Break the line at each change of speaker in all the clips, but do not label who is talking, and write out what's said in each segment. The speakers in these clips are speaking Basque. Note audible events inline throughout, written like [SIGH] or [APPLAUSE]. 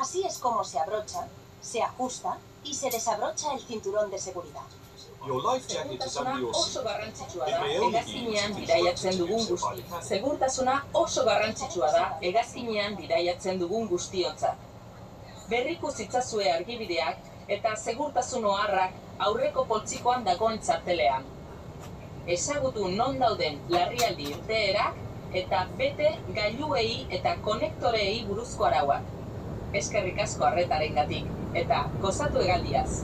Así es como se abrocha, se ajusta y se desabrocha el cinturón de seguridad.
Your life jacket
Segurtasuna
esan
oso
diozu.
garrantzitsua da
Epe hori
hegazkinean bidaiatzen dugun guzti. Segurtasuna oso garrantzitsua da hegazkinean bidaiatzen dugun guztiontzat. Berriku zitzazue argibideak eta segurtasun oharrak aurreko poltsikoan dagoen txartelean. Ezagutu non dauden larrialdi irteerak eta bete gailuei eta konektoreei buruzko arauak. Eskerrik asko arretarengatik eta gozatu hegaldiaz.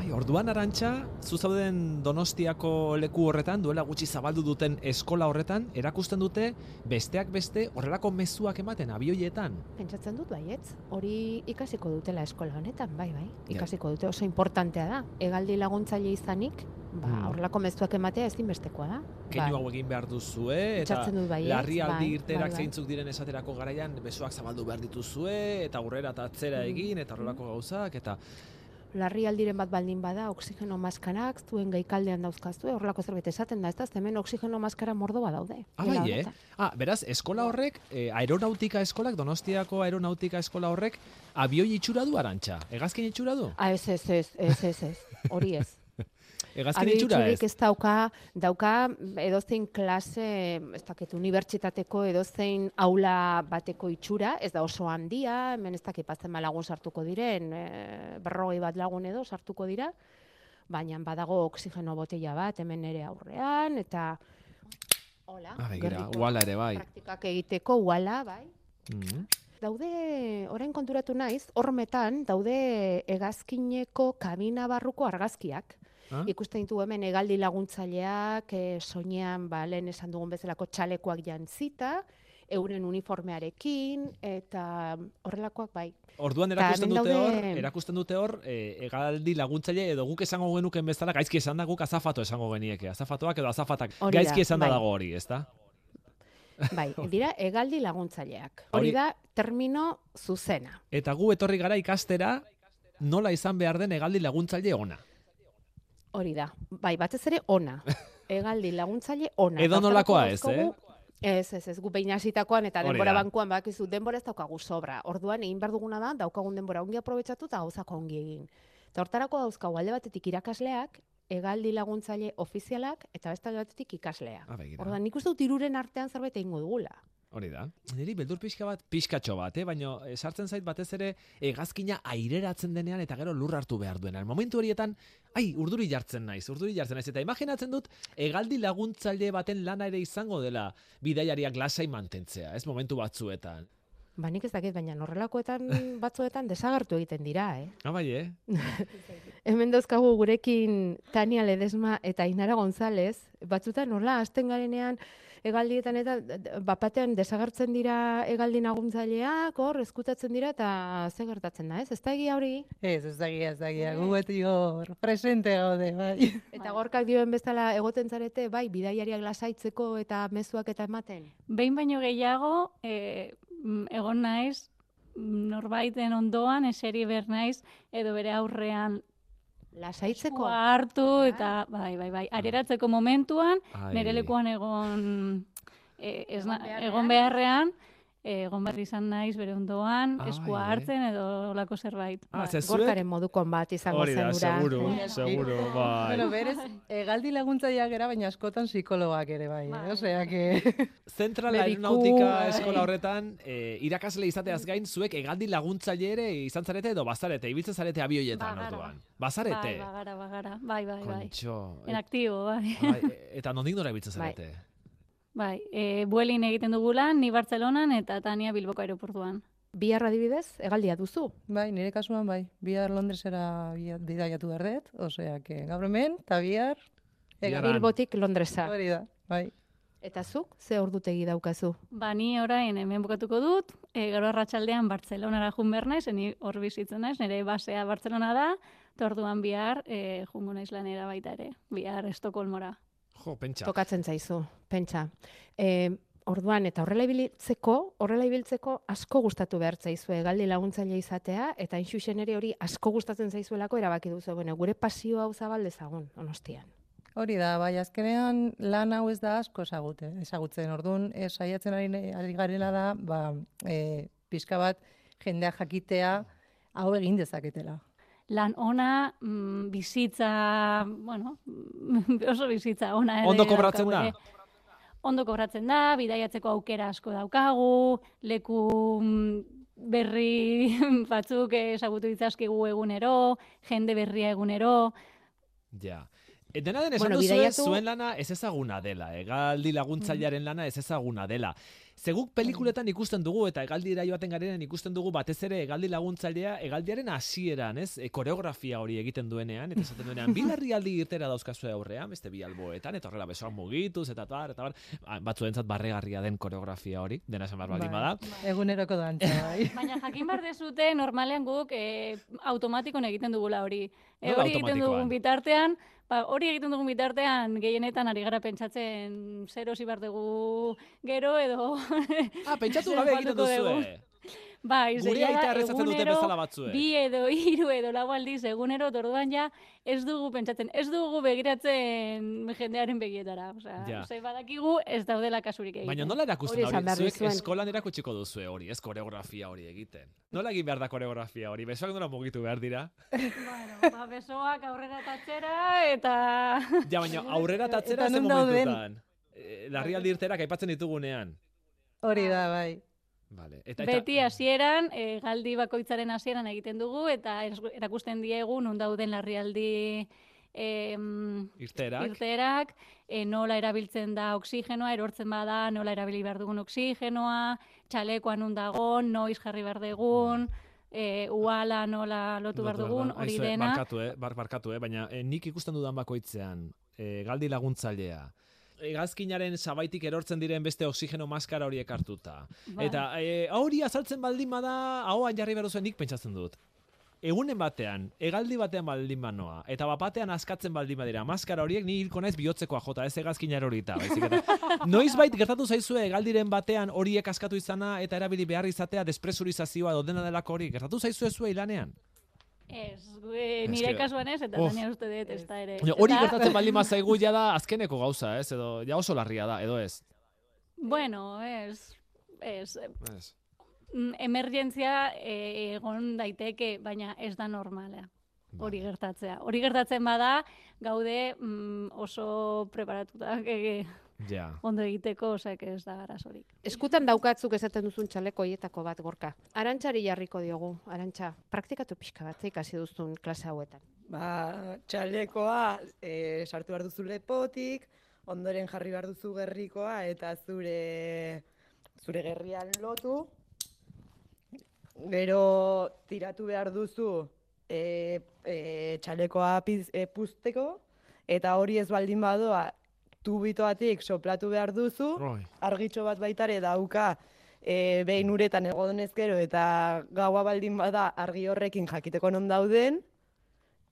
Ai, Bai, orduan arantxa, zuzauden Donostiako leku horretan, duela gutxi zabaldu duten eskola horretan, erakusten dute besteak beste horrelako mezuak ematen abioietan.
Pentsatzen dut baietz, hori ikasiko dutela eskola honetan, bai, bai. Ikasiko dute oso importantea da. Hegaldi laguntzaile izanik, ba,
Mm.
horrelako mezuak ematea ezinbestekoa da. Ba,
Keinu hau egin behar duzue, eta
Pentsatzen Bai. dut baietz,
larrialdi
bai,
irterak
bai, bai.
zeintzuk diren esaterako garaian, besoak zabaldu behar dituzue, eta aurrera eta atzera
Mm.
egin, eta horrelako gauzak, eta
Larri aldiren bat baldin bada, oksigeno maskarak, zuen gaikaldean dauzkazue, horrelako zerbait esaten da, ez da, hemen oksigeno maskara mordo badaude.
Ah,
Gela
bai, eh?
honetan.
Ah, beraz, eskola horrek, eh, aeronautika eskolak, donostiako aeronautika eskola horrek, abioi itxura du arantxa. Hegazkin itxura du?
Ah, ez, ez, ez, ez, ez, ez, hori ez.
Hegazkin
Abi
itxura
itxurik
ez.
ez dauka, dauka edozein klase, ez dakit, unibertsitateko edozein aula bateko itxura, ez da oso handia, hemen ez dakit patzen lagun sartuko diren, e, berrogei bat lagun edo sartuko dira, baina badago oksigeno botella bat hemen ere aurrean, eta... Hola,
Ah, begira,
gerriko
uala ere bai.
praktikak egiteko, uala, bai.
Mhm.
Daude, orain konturatu naiz, hormetan daude hegazkineko kabina barruko argazkiak.
Ah?
Ikusten ditu hemen hegaldi laguntzaileak, e, soinean ba, lehen esan dugun bezalako txalekoak jantzita, euren uniformearekin, eta horrelakoak bai.
Orduan
Eta
erakusten
hemen
dute hor,
daude-
erakusten dute hor, eh, hegaldi laguntzaile edo guk esango genuken bezala, gaizki esan da guk azafato esango genieke, azafatoak edo azafatak.
Hori da,
gaizki esan da
bai.
dago hori, ezta?
Bai, dira hegaldi laguntzaileak.
Hori-
Hori da termino zuzena.
Eta gu etorri gara ikastera, nola izan behar den hegaldi laguntzaile ona.
Hori da. Bai, batez ere
[LAUGHS]
ona. Hegaldi laguntzaile ona.
Edo
Eta
nolakoa
horretarako
ez, eh?
dauzkagu- Ez, ez, ez, gu behin hasitakoan eta
Hori
denbora
da.
bankuan bakizu, denbora ez daukagu sobra. Orduan egin behar duguna da, daukagun denbora ongi aprobetsatu eta gauzak ongi egin. Eta hortarako dauzkagu alde batetik irakasleak, hegaldi laguntzaile ofizialak eta beste alde batetik ikaslea.
Ah, begira.
Orduan nik uste dut iruren artean zerbait egingo dugula.
Hori da. Niri beldur pixka bat, pixkatxo bat, eh? baina sartzen zait batez ere hegazkina aireratzen denean eta gero lur hartu behar duena. El momentu horietan, ai, urduri jartzen naiz, urduri jartzen naiz. Eta imaginatzen dut, hegaldi laguntzaile baten lana ere izango dela bidaiariak lasai mantentzea, ez momentu batzuetan.
Ba, nik ez dakit, baina
[LAUGHS]
horrelakoetan batzuetan desagertu egiten dira, eh?
Ah, bai, eh?
Hemen dauzkagu gurekin Tania Ledesma eta Inara González, batzutan nola hasten garenean hegaldietan eta d- d- bat batean desagertzen dira hegaldi naguntzaileak, hor ezkutatzen dira eta ze gertatzen da, ez? Ez da egia hori?
Ez, ez da egia, ez da egia. Gu beti hor, presente gaude, bai.
Eta gorkak dioen bezala egoten zarete, bai, bidaiariak lasaitzeko eta mezuak eta ematen.
Behin baino gehiago, e, mm, egon naiz, mm, norbaiten ondoan, eseri ber naiz, edo bere aurrean
Lasaitzeko.
eskua hartu, eta bai, bai, bai, areratzeko momentuan,
Ai.
nire lekuan egon, e, ez na-
Egon
egon beharrean, e, egon behar izan naiz bere ondoan,
Ah,
eskua
bai, eh?
hartzen edo olako zerbait.
Ah,
bai.
ze zuek,
Gorkaren moduko bat izango
hori
zen
da,
hura.
seguru,
Eh,
seguro,
Bueno,
bai.
berez, egaldi laguntzaileak era, baina askotan psikologoak ere, bai.
Bai.
Eh? Osea, que... [LAUGHS]
Zentral
Mediku,
Aeronautika
bai.
eskola horretan, eh, irakasle izateaz gain, zuek hegaldi laguntzaile ere izan zarete edo bazarete, ibiltzen zarete abioietan
Bagara.
orduan. Bazarete.
Bai, bagara, bagara, bai, bai, bai.
Kontxo.
En aktibo, bai.
Bai, e- eta nondik nora ibiltzen
Bai.
zarete?
Bai, e, buelin egiten dugulan, ni Bartzelonan eta Tania Bilboko aeroportuan.
Bihar adibidez, hegaldia duzu.
Bai, nire kasuan, bai. Bihar Londresera bia- bidaiatu behar dut. Osea, que gaur hemen, eta bihar...
Bihar
Egaldi
Lan.
Bilbotik Londresa.
hori da, bai.
Eta zuk, ze ordutegi daukazu?
Ba, ni orain hemen bukatuko dut, e, gero arratsaldean Bartzelonara jun behar naiz, ni hor bizitzen naiz, nire basea Bartzelona da, eta orduan bihar e, jungo naiz lanera baita ere, bihar Estokolmora.
Jo, pentsa.
Tokatzen zaizu, pentsa. E, orduan, eta horrela ibiltzeko, horrela ibiltzeko asko gustatu behar zaizue, galdi laguntzaile izatea, eta hain xuxen ere hori asko gustatzen zaizuelako erabaki duzu, bueno, gure pasio hau zabal dezagun, onostian.
Hori da, bai, azkenean lan hau ez da asko ezagute, ezagutzen. Orduan, eh, saiatzen ari, ne- ari garela da, ba, eh, pixka bat jendea jakitea hau egin dezaketela.
Lan ona, mm, bizitza, bueno, [LAUGHS] oso bizitza ona. ere
Ondo kobratzen
daukagu,
da?
eh. Ondo kobratzen da, bidaiatzeko aukera asko daukagu, leku mm, berri [LAUGHS] batzuk esagutu ditzazkigu egunero, jende berria egunero,
Ja. E, dena den esan
Bueno,
duzu
bidaiatu-
zuen lana ez ezaguna dela, hegaldi laguntzailearen lana ez ezaguna dela. Zeguk pelikuletan ikusten dugu eta hegaldira joaten garenen ikusten dugu batez ere hegaldi laguntzailea hegaldiaren hasieran, ez? E, koreografia hori egiten duenean eta esaten duenean bilarri aldi irtera dauzkazue aurrean, beste bi alboetan eta horrela besoak mugituz eta tar eta bar, Ah, batzuentzat barregarria den koreografia hori, dena esan behar baldin
Bai.
bada.
Eguneroko dantza, bai.
Baina jakin bar dezute normalean guk eh, automatikon egiten dugula hori. Eh,
Nola
hori egiten
automatikoan?
dugun bitartean, ba, hori egiten dugun bitartean gehienetan ari gara pentsatzen zer osi behar dugu gero edo [LAUGHS]
Ah, pentsatu
Zer
gabe egiten
galduko dugu.
duzue.
bai,
Gure
zeia da,
aita errezatzen dute
egunero
bezala batzuek.
Bi edo hiru edo lau aldiz egunero eta orduan ja ez dugu pentsatzen, ez dugu begiratzen jendearen begietara, osea,
Ja.
ze badakigu ez daudela kasurik egiten.
Baina nola erakusten
Hori
da
esan
hori?
behar
Zuek
dizuen.
eskolan erakutsiko duzue hori, ez koreografia hori egiten. Nola egin behar da koreografia hori? Besoak nola mugitu behar
[LAUGHS]
dira?
Bueno, ba, besoak aurrera eta atzera eta
Ja, baina aurrera eta atzera
Eta
zen
non dauden?
momentutan. E, Larrialdi irterak aipatzen ditugunean.
Hori da, bai.
Vale. Eta, eta,
Beti hasieran, eh, galdi bakoitzaren hasieran egiten dugu eta eras- erakusten diegu non dauden larrialdi em,
Irterak.
irteerak, eh, nola erabiltzen da oksigenoa, erortzen bada, nola erabili behar dugun oksigenoa, txalekoa non dagon, noiz jarri behar dugun,
Mm.
eh, uala nola lotu behar dugun, hori
Aizue,
dena.
Barkatu, eh? Bar, barkatu, eh? Baina eh, nik ikusten dudan bakoitzean, eh, galdi laguntzailea, hegazkinaren sabaitik erortzen diren beste oxigeno maskara horiek hartuta.
Bai.
Eta eh, hori azaltzen baldin bada, ahoan jarri behar duzuen nik pentsatzen dut. Egunen batean, hegaldi batean baldin banoa, eta bapatean askatzen baldin badira, maskara horiek ni hilko naiz bihotzekoa jota, ez hegazkinar horita. Baizik eta,
[LAUGHS]
noizbait gertatu zaizue hegaldiren batean horiek askatu izana eta erabili behar izatea despresurizazioa edo dena delako hori, gertatu zaizue zuei lanean?
Ez, gue-
Ez
nire
que-
kasuan ez, eta
Of.
gainera uste dut ez da ere.
Baina hori
Eta-
gertatzen baldin bazaigu ja da azkeneko gauza, ez? Edo ja oso larria da, edo ez?
Bueno, ez, ez,
Ez.
Mm, emergentzia eh, egon daiteke, baina ez da normala hori gertatzea. Hori gertatzen bada, gaude mm, oso preparatuta [LAUGHS] eh,
Ja.
ondo egiteko, osea, que ez da arazorik.
Eskutan daukatzuk esaten duzun txaleko hoietako bat gorka. Arantxari jarriko diogu, arantxa. Praktikatu pixka bat, ze ikasi duzun klase hauetan.
Ba, txalekoa e, sartu behar duzu lepotik, ondoren jarri behar duzu gerrikoa eta zure zure gerrian lotu. Gero tiratu behar duzu e, e, txalekoa piz, e, puzteko eta hori ez baldin badoa tubitoatik soplatu behar duzu
Oi.
argitxo bat baitare dauka e, behin uretan egonezkero eta gaua baldin bada argi horrekin jakiteko non dauden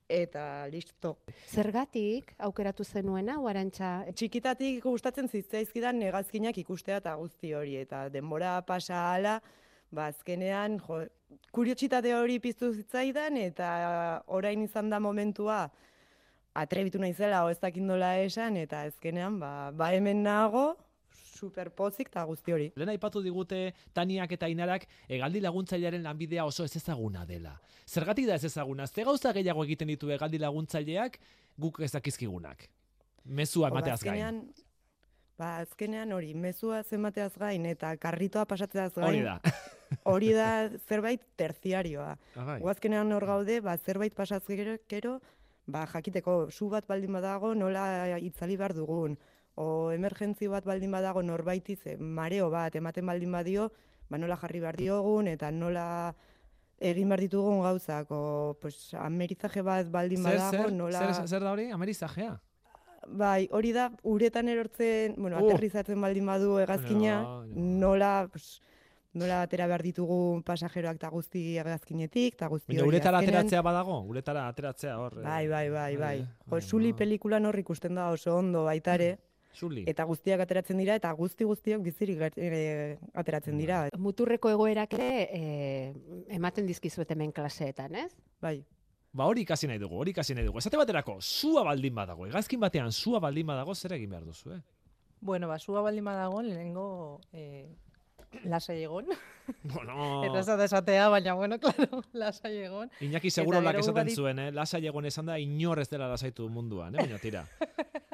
eta listo.
Zergatik aukeratu zenuen hau arantxa?
Txikitatik gustatzen zitzaizkidan negazkinak ikustea eta guzti hori eta denbora pasa ahala ba azkenean jo, kuriositate hori piztu zitzaidan eta orain izan da momentua atrebitu naizela o ez dakin nola esan eta azkenean ba, ba hemen nago superpozik eta guzti hori.
Lehen aipatu digute Taniak eta Inarak hegaldi laguntzailearen lanbidea oso ez ezaguna dela. Zergatik da ez ezaguna? Ze gauza gehiago egiten ditu hegaldi laguntzaileak guk ez dakizkigunak. Mezua
Hor,
emateaz gain.
azkenean- Ba, azkenean hori, mezua zemateaz gain eta karritoa pasatzeaz gain,
Hori da.
[LAUGHS] hori da zerbait terziarioa.
Ah, bai.
Gu azkenean hor gaude, ba, zerbait pasatz gero, gero, ba, jakiteko, su bat baldin badago nola itzali behar dugun, o emergentzi bat baldin badago norbaiti ze, mareo bat, ematen baldin badio, ba, nola jarri behar diogun, eta nola egin behar ditugun gauzak, o, pues, amerizaje bat baldin
Zer,
badago,
zer,
nola...
zer, zer da hori? Amerizajea?
Bai, hori da, uretan erortzen, bueno,
Oh.
aterrizatzen baldin badu hegazkina,
Ja, ja.
nola, pues, nola atera behar ditugu pasajeroak eta guzti hegazkinetik, eta guzti
Baina
hori.
uretara
azkenean-
ateratzea badago? Uretara ateratzea hor. eh.
Bai, bai, bai, bai.
eh. Bai,
Jo, Suli
Ah,
pelikulan hor ikusten da oso ondo baitare,
Zuli.
eta guztiak ateratzen dira, eta guzti guztiak bizirik gat- eh, ateratzen
Bai.
dira.
Muturreko egoerak ere eh, ematen dizkizuet hemen klaseetan, ez?
Bai,
Ba hori ikasi nahi dugu, hori ikasi nahi dugu. Esate baterako, sua baldin badago, hegazkin batean sua baldin badago, zer egin behar duzu, eh?
Bueno, basua baldin badago, lehenengo eh, lasai egon.
Bueno,
Eta ez da esatea, baina, bueno, [LAUGHS] claro, lasai egon.
Iñaki seguro
Eta
lak
gero
esaten
ugari-
zuen, eh? Lasa egon esan da, inor ez dela lasaitu munduan, eh? Baina tira,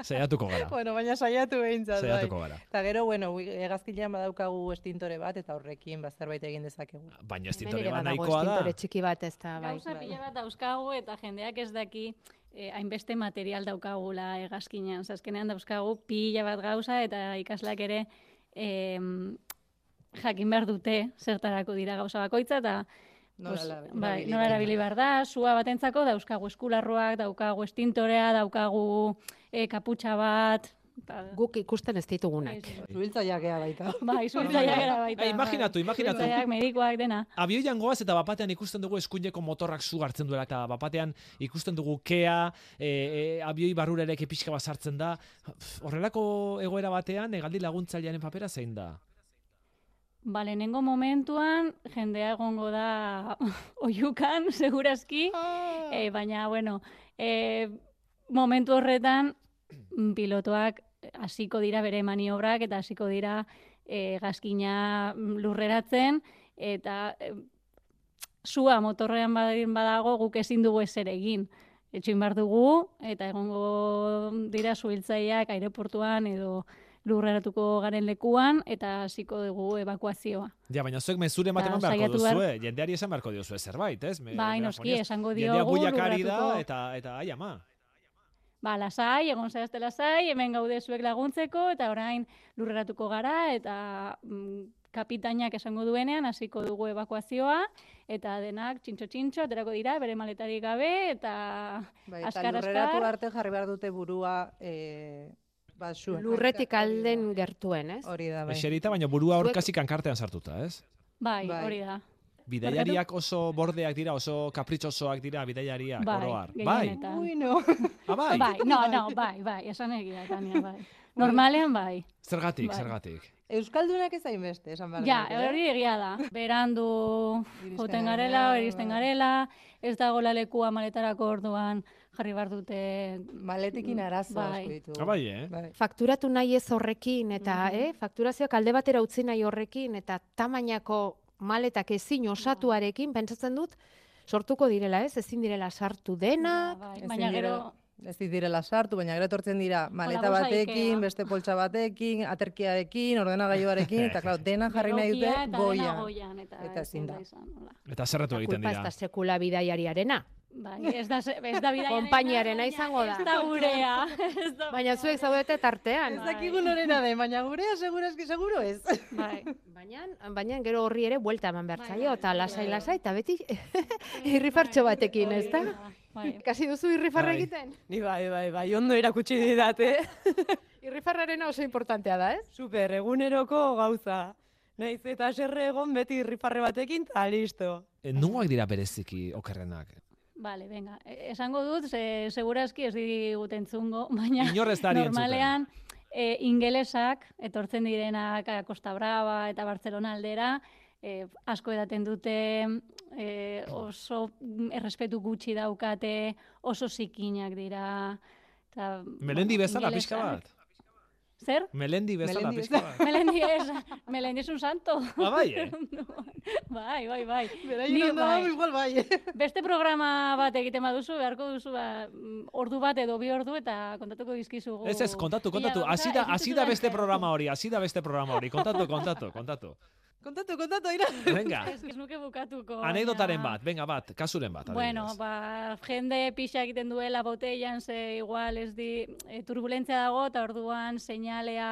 saiatuko gara,
Bueno, baina saiatu behintzat, bai.
saiatuko gara.
Eta gero, bueno, ui- hegazkilean badaukagu estintore bat, eta horrekin bazerbait egin dezakegu.
Baina
Hemen
estintore
ere
bat
badago
nahikoa da.
estintore txiki bat ez da, bai.
Gauza
bai.
pila bat dauzkagu eta jendeak ez daki eh, hainbeste material daukagula hegazkinean. Azkenean dauzkagu pila bat gauza eta ikaslak ere em, jakin behar dute zertarako dira gauza bakoitza eta pues,
erabili-
bai,
erabili
nola
dena.
erabili behar da, sua batentzako dauzkagu eskularruak, daukagu estintorea, daukagu eh, kaputxa bat, eta...
Guk ikusten ez ditugunak.
Suhiltzaileak gea baita.
Bai, suhiltzaileak ere baita.
Eh, imaginatu,
bai.
imaginatu.
Suhiltzaileak, medikoak dena.
Abioian goaz eta bapatean ikusten dugu eskuineko motorrak zu hartzen duela eta bapatean ikusten dugu kea, e, e, abioi barrura ere pixka bat sartzen da. Pff, Horrelako egoera batean hegaldi laguntzailearen papera zein da?
Ba, lehenengo momentuan, jendea egongo da [LAUGHS] oiukan, segurazki, eh, baina, bueno, eh, momentu horretan [CLEARS THROAT] mm, pilotoak hasiko dira bere maniobrak eta hasiko dira eh, gazkina mm, lurreratzen, eta eh, sua motorrean badin badago guk ezin dugu ezer egin. Etxin behar dugu, eta egongo dira suhiltzaileak aireportuan edo lurreratuko garen lekuan, eta hasiko dugu evakuazioa.
Ja, baina zuek mezure bat
Ba,
eman beharko
saiatu
duzu,
behar-
jendeari esan beharko diozu zerbait, ez? Me-
Bai,
me-
noski,
megafonioz.
esango
Jendea
diogu,
guiak ari da,
lurratuko-
eta, eta ai ama.
Ba, lasai, egon zehazte lasai, hemen gaude zuek laguntzeko, eta orain lurreratuko gara, eta mm, kapitainak esango duenean, hasiko dugu evakuazioa, eta denak txintxo-txintxo, aterako dira, bere maletarik gabe, eta
Bai, eta
Askar,
lurreratu
askar.
arte jarri behar dute burua eh, ba, zuen.
Lurretik alden gertuen, ez?
Hori da, bai.
Eserita, baina burua hor
Zuek-
kasik hankartean sartuta, ez?
bai,
Bai.
hori da.
Bidaiariak oso bordeak dira, oso kapritxosoak dira bidaiariak,
Bai,
oroar. Bai,
gehienetan.
Bueno,
ah, bai.
Bai, no,
[LAUGHS]
no, bai, bai, esan egia, Tania, bai. Normalean bai.
Zergatik,
Bai.
zergatik.
Euskaldunak ez hainbeste, esan behar
Ja,
dut, eh?
hori egia da. Berandu
Iristen
joten
garela,
garela, iristen
bai.
garela, ez dago lekua maletarako orduan jarri behar dute
Maletekin arazo
Bai.
asko ditu.
Ah, bai, eh?
Bai.
Fakturatu nahi ez horrekin, eta
Mhm.
eh, fakturazioak alde batera utzi nahi horrekin, eta tamainako maletak ezin
Ba.
osatuarekin, pentsatzen dut, sortuko direla ez, ezin direla sartu
Ja,
dena,
bai.
Ezin
Baina gero,
direla- Ez dit direla sartu, baina gero etortzen dira maleta
bolsa
batekin,
Ikea.
beste poltsa batekin, aterkiarekin, ordenagailuarekin,
[LAUGHS]
eta klar, dena jarri nahi
begokia
dute
eta dena
goia.
goian, eta,
Eta ezin
da
da.
izan, hola.
Eta zerretu
eta
egiten
kulpa
dira.
ez da sekula bidaiariarena.
Bai, ez da, se- ez da bidaiarena,
Konpainiarena
baina
izango da.
Ez da gurea. [LAUGHS] Ez da
Baina
gurea.
zuek zaudete tartean.
Ez dakigu norena den, baina gurea segurazki seguro ez.
Bai.
Baina, baina gero horri ere buelta eman behar
Bai,
zaio,
bai,
eta lasai
bai.
lasai, eta beti [LAUGHS] [LAUGHS] irrifartxo batekin, ez da?
Bai,
Ikasi duzu irrifarra
Bai.
egiten?
Ni bai, bai, bai, ondo erakutsi didate.
Irrifarrarena oso importantea da, ez?
Super, eguneroko gauza. Naiz eta serre egon beti irrifarre batekin, eta listo.
Eh, Nongoak dira bereziki okerrenak?
Vale, venga. E- Esango dut, ze, segurazki ez digut entzungo, baina
Inor ez dari
normalean e, ingelesak, etortzen direnak a, Costa Brava eta Barcelona aldera, e, asko edaten dute e, oso mm, errespetu gutxi daukate, oso zikinak dira. Eta,
Melendi
bueno,
bezala pixka
ingelesak-
bat.
Zer?
Melendi bezala
Melendi
pixka bat.
Melendi ez, Melendi es un santo.
Ba, bai, eh?
[LAUGHS] bai, bai, bai. Ni
Beraien ondo
bai.
dago, igual bai. [LAUGHS]
Beste programa bat egiten baduzu, beharko duzu ba, mm, ordu bat edo bi ordu eta kontatuko dizkizugu.
Ez ez, kontatu, kontatu.
Ia,
Hasi da,
ez
hasi da
dituzula
beste
ezer.
programa hori, hasi da beste programa hori. Kontatu, kontatu, kontatu.
Kontatu, kontatu, aira.
Venga,
Ez, ez nuke bukatuko.
anekdotaren
baina-
bat, venga bat, kasuren bat.
Bueno,
adibidez.
ba, jende pixa egiten duela botellan, ze igual ez di e, turbulentzia dago, eta orduan seinalea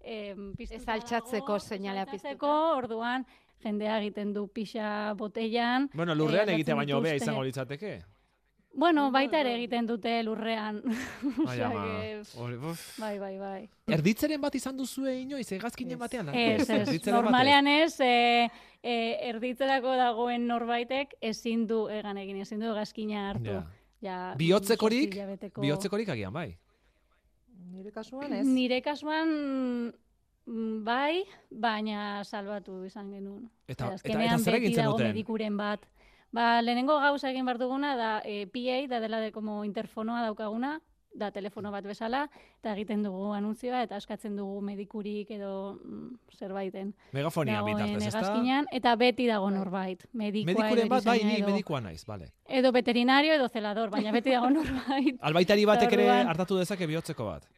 e, piztuta
Ez altxatzeko
dago,
seinalea
ez altxatzeko, orduan jendea egiten du pixa botellan.
Bueno, lurrean
eh,
egitea baino hobea
aldatzen
izango
dituzte.
litzateke.
Bueno, baita ere egiten dute lurrean. [LAUGHS]
Ai,
Osea
ama.
que,
Hori, uf.
Bai, bai, bai.
Erditzeren bat izan duzue inoiz,
Ez.
egazkinen batean?
Ez, ez,
erditzeren bat
normalean ez, e, e, erditzerako dagoen norbaitek ezin du egan egin, ezin du hegazkina hartu.
Ja.
Ja,
Bihotzekorik?
zortzi hilabeteko-
Bihotzekorik agian, bai.
Nire kasuan ez.
Nire kasuan mm, bai, baina salbatu izan genuen.
Eta,
Ze
eta, eta
azkenean
zer egin
beti dago
zenuten?
medikuren bat, Ba, lehenengo gauza egin behar duguna da e, PA, da dela de, como interfonoa daukaguna, da telefono bat bezala, eta egiten dugu anuntzioa, eta askatzen dugu medikurik edo mm, zerbaiten.
Megafonia
Dagoen
bitartez, ezta? Bai.
hegazkinean, eta beti dago norbait. Medikua,
Medikuren
edo
bat, bai,
erizaina
ni
edo-
medikua naiz, vale.
Edo veterinario edo zelador, baina beti dago [LAUGHS] norbait.
Albaitari batek ere
Orduan-
hartatu dezake bihotzeko bat.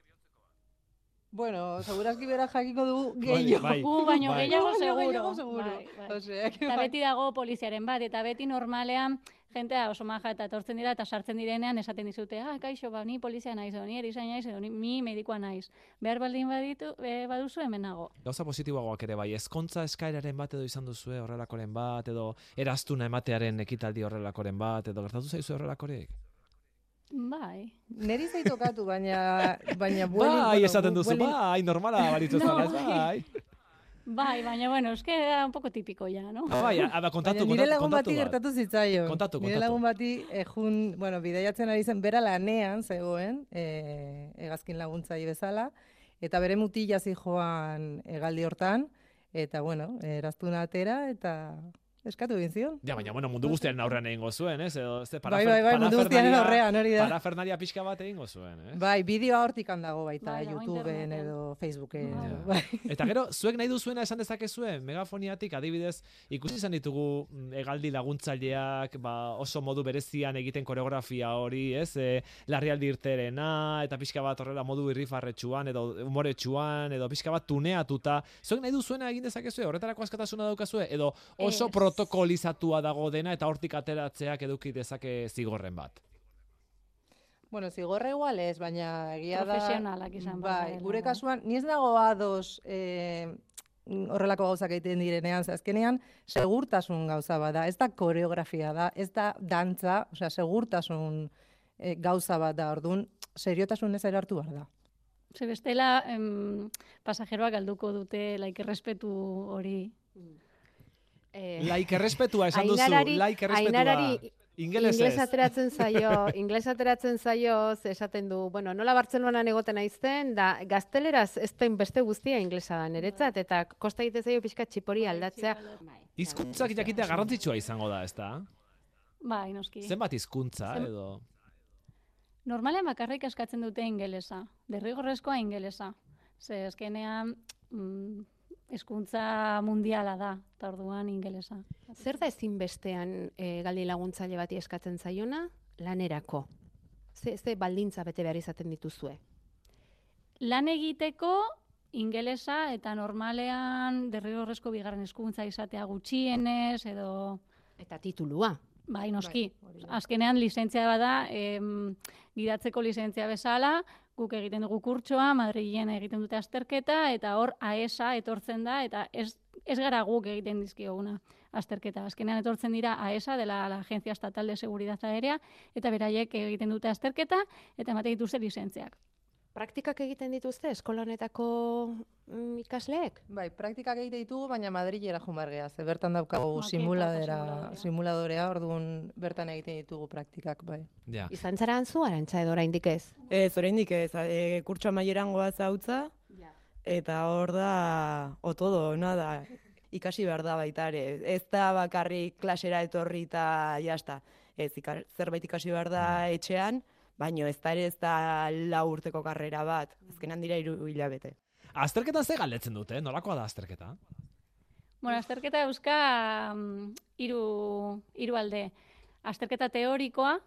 Bueno, segurazki bera jakiko dugu
Bai,
gehiago.
bai.
Gu baino
Bai.
Gu
gehiago
baino
seguro.
gehiago seguro.
Bai, bai.
Osea, que
Eta
bai.
beti dago poliziaren bat, eta beti normalean jentea oso maja eta etortzen dira eta sartzen direnean esaten dizute, ah, kaixo, ba, ni polizia naiz, edo ni erizain naiz, edo ni, ni medikoa naiz. Behar baldin baditu, eh, baduzu hemen nago.
Gauza positiboagoak ere bai, ezkontza eskaeraren bat edo izan duzue horrelakoren bat, edo eraztuna ematearen ekitaldi horrelakoren bat, edo gertatu zaizu horrelakorik?
Bai.
Neri zait tokatu, baina... baina
Bai,
buelin- bueno,
esaten duzu,
buelin-
bai,
[LAUGHS]
normala balitzu
No,
zara, ez,
bai.
bai.
Bai, baina, bueno, eske da un poco típico ya, no?
Ah, bai, a- ba, kontatu,
Baina nire
kontatu,
lagun bati
kontatu bat.
gertatu zitzaion.
Kontatu,
Nire
kontatu.
lagun bati, ejun, bueno, bidaiatzen ari zen, bera lanean zegoen, eh, hegazkin laguntzai bezala, eta bere mutila zijoan hegaldi hortan, eta bueno, eraztuna atera, eta eskatu egin zion.
Ja, baina, bueno, mundu guztiaren aurrean egingo zuen, ez? Edo, ez,
Bai, bai, bai, mundu guztiaren aurrean, hori da.
Parafernalia pixka bat egingo zuen, ez?
Bai, bideoa hortik handago baita,
Bai, dago
YouTubeen
interneten.
edo Facebooken.
Ja.
edo, Bai.
Eta gero, zuek nahi duzuena esan dezakezue, megafoniatik adibidez, ikusi izan ditugu mm, hegaldi laguntzaileak, ba, oso modu berezian egiten koreografia hori, ez? E, larrialdi irterena, eta pixka bat horrela modu irrifarretxuan, edo umoretxuan, edo pixka bat tuneatuta. Zuek nahi duzuena egin dezakezue, horretarako askatasuna daukazue, edo oso
Ez.
protokolizatua dago dena, eta hortik ateratzeak eduki dezake zigorren bat.
Bueno, zigorra igual ez, baina egia da...
Profesionalak izan behar
Bai,
garela,
gure
bai.
kasuan, ni ez nago ados eh, horrelako gauzak egiten direnean, ze azkenean, segurtasun gauza bat da, ez da koreografia da, ez da dantza, osea, segurtasun eh, gauza bat da, orduan, seriotasun ez erartu behar da.
Ze bestela, em, pasajeroak galduko dute, laik, errespetu hori.
Eh,
Laik errespetua esan duzu,
Ainarari-
laik errespetua.
Ainarari
Ingelesez.
Ingles ateratzen zaio, ingles ateratzen zaio, ze esaten du, bueno, nola Bartzelonan egoten aizten, da gazteleraz ez den beste guztia inglesa da niretzat, eta kosta egite zaio pixka txipori aldatzea.
Hizkuntzak jakitea garrantzitsua izango da, ezta?
Bai, noski.
Zenbat hizkuntza
Zen-
edo
Normalean bakarrik askatzen dute ingelesa, derrigorrezkoa ingelesa. Ze azkenean mm, hezkuntza mundiala da, eta orduan ingelesa.
Zer da ezinbestean e, galdi laguntzaile bati eskatzen zaiona? Lanerako. Ze, ze baldintza bete behar izaten dituzue.
Lan egiteko ingelesa eta normalean derrigorrezko bigarren hezkuntza izatea gutxienez edo
Eta titulua. Ah,
Bai, noski.
hori da.
Azkenean lizentzia bada, em, gidatzeko lizentzia bezala, guk egiten dugu kurtsoa, Madrilen egiten dute azterketa, eta hor AESA etortzen da, eta ez, ez gara guk egiten dizkioguna azterketa. Azkenean etortzen dira AESA, dela la Agencia Estatal de Seguridad Aérea, eta beraiek egiten dute azterketa, eta emate dituzte lizentziak.
Praktikak egiten dituzte eskola honetako mm, ikasleek?
Bai, praktikak egite ditugu, baina Madrilera jumargea, ze bertan daukagu
Maketa eta
simuladera,
simuladorea.
simuladorea, orduan bertan egiten ditugu praktikak, bai.
ja.
Izan zara antzu, arantza edo oraindik ez.
Ez, oraindik ez, e, kurtso amaieran goaz hautza, eta hor da, otodo, ona da, ikasi behar da baita ere. Ez da bakarrik klasera etorri eta jasta. Ez, ika- zerbait ikasi behar da etxean, baino ez da ere ez da lau urteko karrera bat, azkenan dira hiru hilabete.
Azterketa ze galdetzen dute, nolakoa da azterketa?
Bueno, azterketa euska mm, hiru hiru alde. Azterketa teorikoa,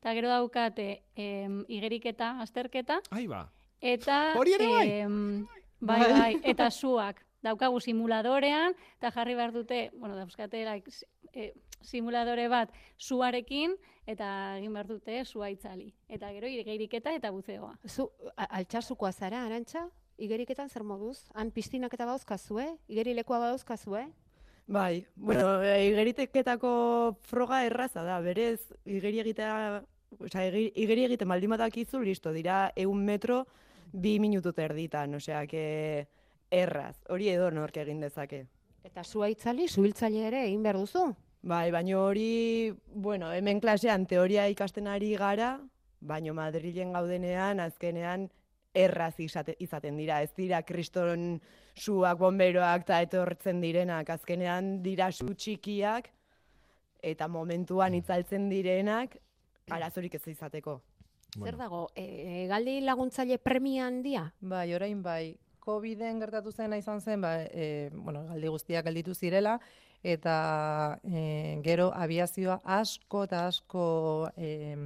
eta gero daukate em, igeriketa azterketa,
Ai ba.
Eta
Hori ere bai?
em, bai, bai, eta suak. Daukagu simuladorean, eta jarri behar dute, bueno, dauzkate like, si- e, simuladore bat suarekin, eta egin behar dute sua itzali. Eta gero igeriketa eta buzeoa.
Zu, a- altxasukoa zara, arantxa? Igeriketan zer moduz? Han piztinak eta badauzkazue? Igerilekoa badauzkazue?
Bai, bueno, e, igeriteketako froga erraza da, berez, igeri egitea, osea, egi- igeri egiten baldin badakizu, listo, dira eun metro, bi minutu terditan, osea, que erraz, hori edo nork egin dezake.
Eta sua itzali, suhiltzaile ere egin behar duzu?
Bai, baino hori, bueno, hemen klasean teoria ikasten ari gara, baino Madrilen gaudenean, azkenean, erraz izate, izaten dira, ez dira kriston suak, bomberoak eta etortzen direnak, azkenean dira su txikiak,
eta momentuan itzaltzen direnak arazorik ez izateko.
Zer dago, e, galdi laguntzaile premia handia?
Bai, orain bai, COVID-en gertatu zena izan zen, ba, e, bueno, galdi guztiak galditu zirela, eta e, gero abiazioa asko eta asko e,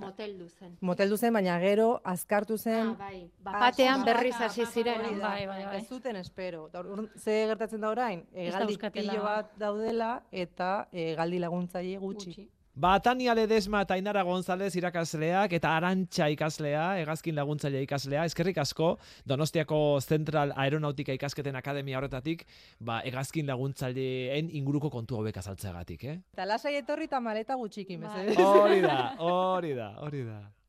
Motel duzen.
moteldu zen, baina gero azkartu zen,
Ah, bai. Bapatean
Bapatean,
berriz
bapaka,
hasi
bapaka,
ziren.
hori da.
Bai.
bai, bai, bai.
Ez zuten espero. Eta hor- hor- ze gertatzen da orain?
Ez
Hegaldi
dauzkatela.
pilo bat daudela eta hegaldi laguntzaile gutxi.
Gutxi.
Batania Ba, Ledesma eta Ainara González irakasleak eta Arantxa ikaslea, hegazkin laguntzaile ikaslea, eskerrik asko Donostiako Central Aeronautika Ikasketen Akademia horretatik, ba, hegazkin laguntzaileen inguruko kontu hobek azaltzeagatik, eh?
Eta lasai etorri eta maleta gutxikin,
[LAUGHS]
Bai.
mesedez.
Hori da, hori da, hori da.